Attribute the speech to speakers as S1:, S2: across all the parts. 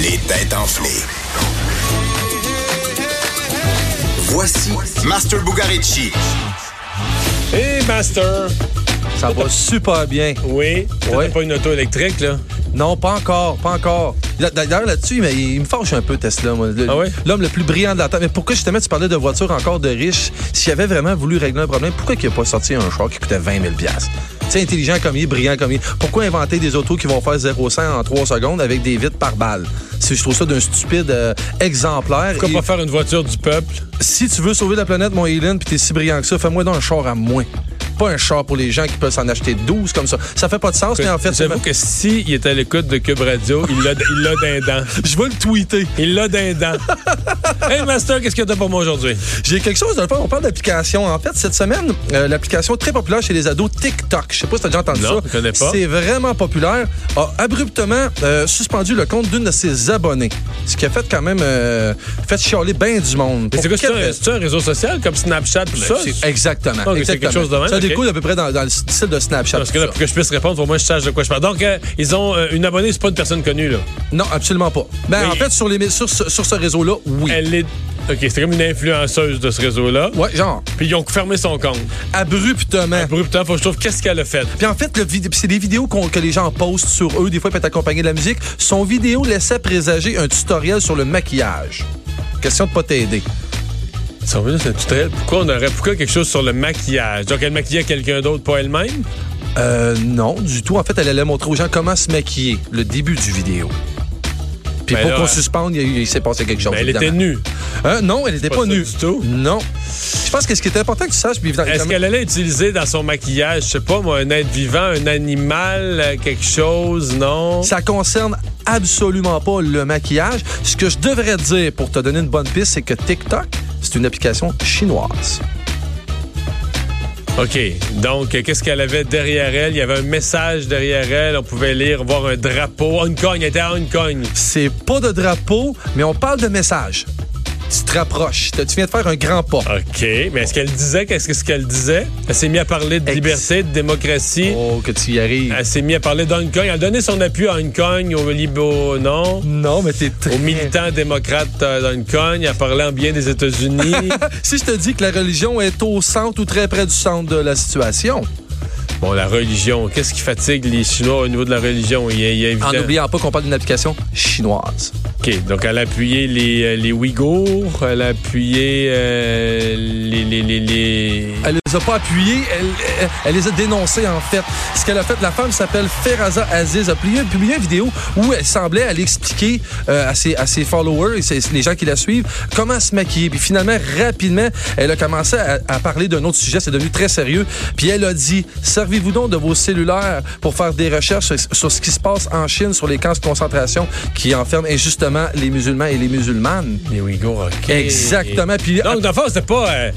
S1: Les têtes enflées. Voici Master Bugarici.
S2: Hey, Master!
S3: Ça va super bien.
S2: Oui, t'as
S3: Ouais.
S2: pas une auto électrique, là?
S3: Non, pas encore, pas encore. Là- D'ailleurs, là-dessus, mais il me fâche un peu, Tesla. moi. Le-
S2: Ah ouais?
S3: L'homme le plus brillant de la Terre. Mais pourquoi, justement, tu parlais de voiture encore de riche? S'il avait vraiment voulu régler un problème, pourquoi il n'a pas sorti un char qui coûtait 20 000 Tu sais, intelligent comme il est, brillant comme il est. Pourquoi inventer des autos qui vont faire 0-100 en 3 secondes avec des vitres par balle? Si je trouve ça d'un stupide euh, exemplaire.
S2: Pourquoi
S3: Et
S2: pas faire une voiture du peuple?
S3: Si tu veux sauver la planète, mon Hélène, puis t'es si brillant que ça, fais-moi donc un char à moins. Pas un char pour les gens qui peuvent s'en acheter 12 comme ça. Ça fait pas de sens, mais en fait, c'est
S2: J'avoue que si il était à l'écoute de Cube Radio, il l'a il l'a d'un dent.
S3: Je vais le tweeter.
S2: Il l'a d'un dent. hey, Master, qu'est-ce que t'as pour moi aujourd'hui?
S3: J'ai quelque chose de le faire. On parle d'application. En fait, cette semaine, euh, l'application très populaire chez les ados, TikTok. Je sais pas si t'as déjà entendu
S2: Non,
S3: ça.
S2: je connais pas.
S3: C'est vraiment populaire. A abruptement euh, suspendu le compte d'une de ses abonnés. Ce qui a fait quand même... euh, fait chialer bien du monde.
S2: Mais C'est
S3: Pour
S2: quoi, c'est
S3: quelle
S2: un,
S3: raison?
S2: c'est un réseau social comme Snapchat, tout ça?
S3: C'est- Exactement.
S2: Ok, c'est
S3: exactement.
S2: quelque chose de même,
S3: Ça
S2: ok.
S3: découle à peu près dans, dans le style de Snapchat.
S2: Parce que là,
S3: tout
S2: pour que je puisse répondre, pour moi, je sache de quoi je parle. Donc, euh, ils ont euh, une abonnée, c'est pas une personne connue, là.
S3: ça. Non, absolument pas. Ben,
S2: Mais-
S3: en fait, sur, les, mé- sur, ce- sur ce réseau-là, oui.
S2: Elle est. OK, c'est comme une influenceuse de ce réseau-là.
S3: Ouais, genre,
S2: Puis ils ont fermé son compte.
S3: abruptement.
S2: Abruptement, faut que je trouve qu'est-ce qu'elle a fait.
S3: Puis en fait, le vid- c'est des vidéos qu'on- que les gens postent sur eux, des fois peut-être accompagnées de la musique. Son vidéo laissait présager un tutoriel sur le maquillage. Question de pas t'aider.
S2: Si on veut, c'est un tutoriel. Pourquoi on aurait pourquoi quelque chose sur le maquillage? Donc, elle maquillait quelqu'un d'autre, pas elle-même?
S3: Euh, non, du tout. En fait, elle allait montrer aux gens comment se maquiller, le début du vidéo. Puis
S2: Mais Ben
S3: pour
S2: là,
S3: qu'on
S2: elle-
S3: suspende, il, y a eu- il s'est passé quelque chose.
S2: Mais elle
S3: évidemment.
S2: était nue.
S3: Hein? Non, elle n'était
S2: Pas
S3: pas,
S2: ça
S3: nue.
S2: du tout.
S3: Non. Je pense que ce qui était important que tu saches, puis évidemment-
S2: Est-ce qu'elle allait utiliser dans son maquillage, je sais pas moi, un être vivant, un animal, euh, quelque chose, non?
S3: Ça concerne absolument pas le maquillage. Ce que je devrais te dire pour te donner une bonne piste, c'est que TikTok, c'est une application chinoise.
S2: OK. Donc, euh, qu'est-ce qu'elle avait derrière elle? Il y avait un message derrière elle. On pouvait lire, voir un drapeau. Hong Kong, elle était à Hong Kong.
S3: C'est pas de drapeau, mais on parle de message. Tu te rapproches. Tu viens de faire un grand pas.
S2: OK. Mais est-ce qu'elle disait? Qu'est-ce que ce qu'elle disait? Elle s'est mise à parler de
S3: Ex-
S2: liberté, de démocratie.
S3: Oh, que tu y arrives.
S2: Elle s'est mise à parler d'Hong Kong. Elle a donné son appui à Hong Kong, aux libéraux, non?
S3: Non, mais t'es très...
S2: aux militants démocrates euh, d'Hong Kong, à parler en bien des États-Unis.
S3: Si je te dis que la religion est au centre ou très près du centre de la situation,
S2: bon, la religion, qu'est-ce qui fatigue les Chinois au niveau de la religion? Il est, il est évident.
S3: en n'oubliant pas qu'on parle d'une application chinoise.
S2: OK, donc elle a appuyé les, euh, les Ouïghours, elle a appuyé euh, les... les, les, les-
S3: Elle les a pas appuyés, elle, elle- elle les a dénoncés en fait. Ce qu'elle a fait, la femme s'appelle Ferraza Aziz, a publié, publié une vidéo où elle semblait aller expliquer euh, à, ses, à ses followers, et ses- les gens qui la suivent, comment se maquiller. Puis finalement, rapidement, elle a commencé à, à parler d'un autre sujet, c'est devenu très sérieux. Puis elle a dit, servez-vous donc de vos cellulaires pour faire des recherches sur, sur ce qui se passe en Chine, sur les camps de concentration qui enferment injustement les musulmans et les musulmanes.
S2: Les Ouïghours, OK.
S3: Exactement. Puis
S2: Donc, dans le fond, c'était pas... euh,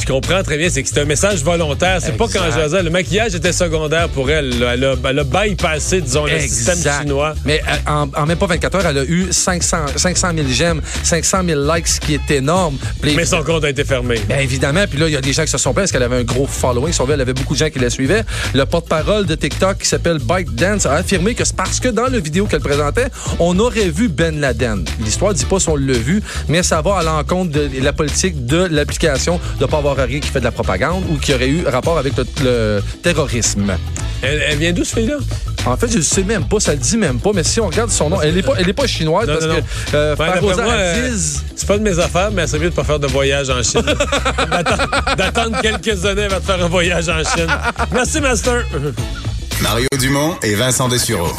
S2: je comprends très bien, c'est que c'est un message volontaire. C'est pas
S3: Exact.
S2: quand je disais, le maquillage était secondaire pour elle. là. Elle a, elle a bypassé, disons, le système
S3: Exact.
S2: chinois.
S3: Mais euh, en, en même pas 24 heures, elle a eu 500, 500 000 j'aime, 500 000 likes, ce qui est énorme. Puis,
S2: Mais son compte a été fermé.
S3: Bien évidemment, puis là, il y a des gens qui se sont plaints parce qu'elle avait un gros following. Si on veut, elle avait beaucoup de gens qui la suivaient. Le porte-parole de TikTok qui s'appelle ByteDance a affirmé que c'est parce que dans le vidéo qu'elle présentait, on aurait vu Ben Laden. L'histoire dit pas si on l'a vu, mais ça va à l'encontre de la politique de l'application de pas avoir rien qui fait de la propagande ou qui aurait eu rapport avec le- le terrorisme.
S2: Elle, elle vient d'où, ce fille-là?
S3: En fait, je ne sais même pas, ça le dit même pas, mais si on regarde son nom, elle n'est pas, elle est pas chinoise
S2: Non,
S3: parce
S2: non, non.
S3: que euh,
S2: Ouais, d'après
S3: Faroza
S2: moi, euh,
S3: Aziz-
S2: C'est pas de mes affaires, mais elle serait mieux de pas faire de voyage en Chine. D'attendre- D'attendre quelques années avant de faire un voyage en Chine. Merci, Master.
S1: Mario Dumont et Vincent Dessureau.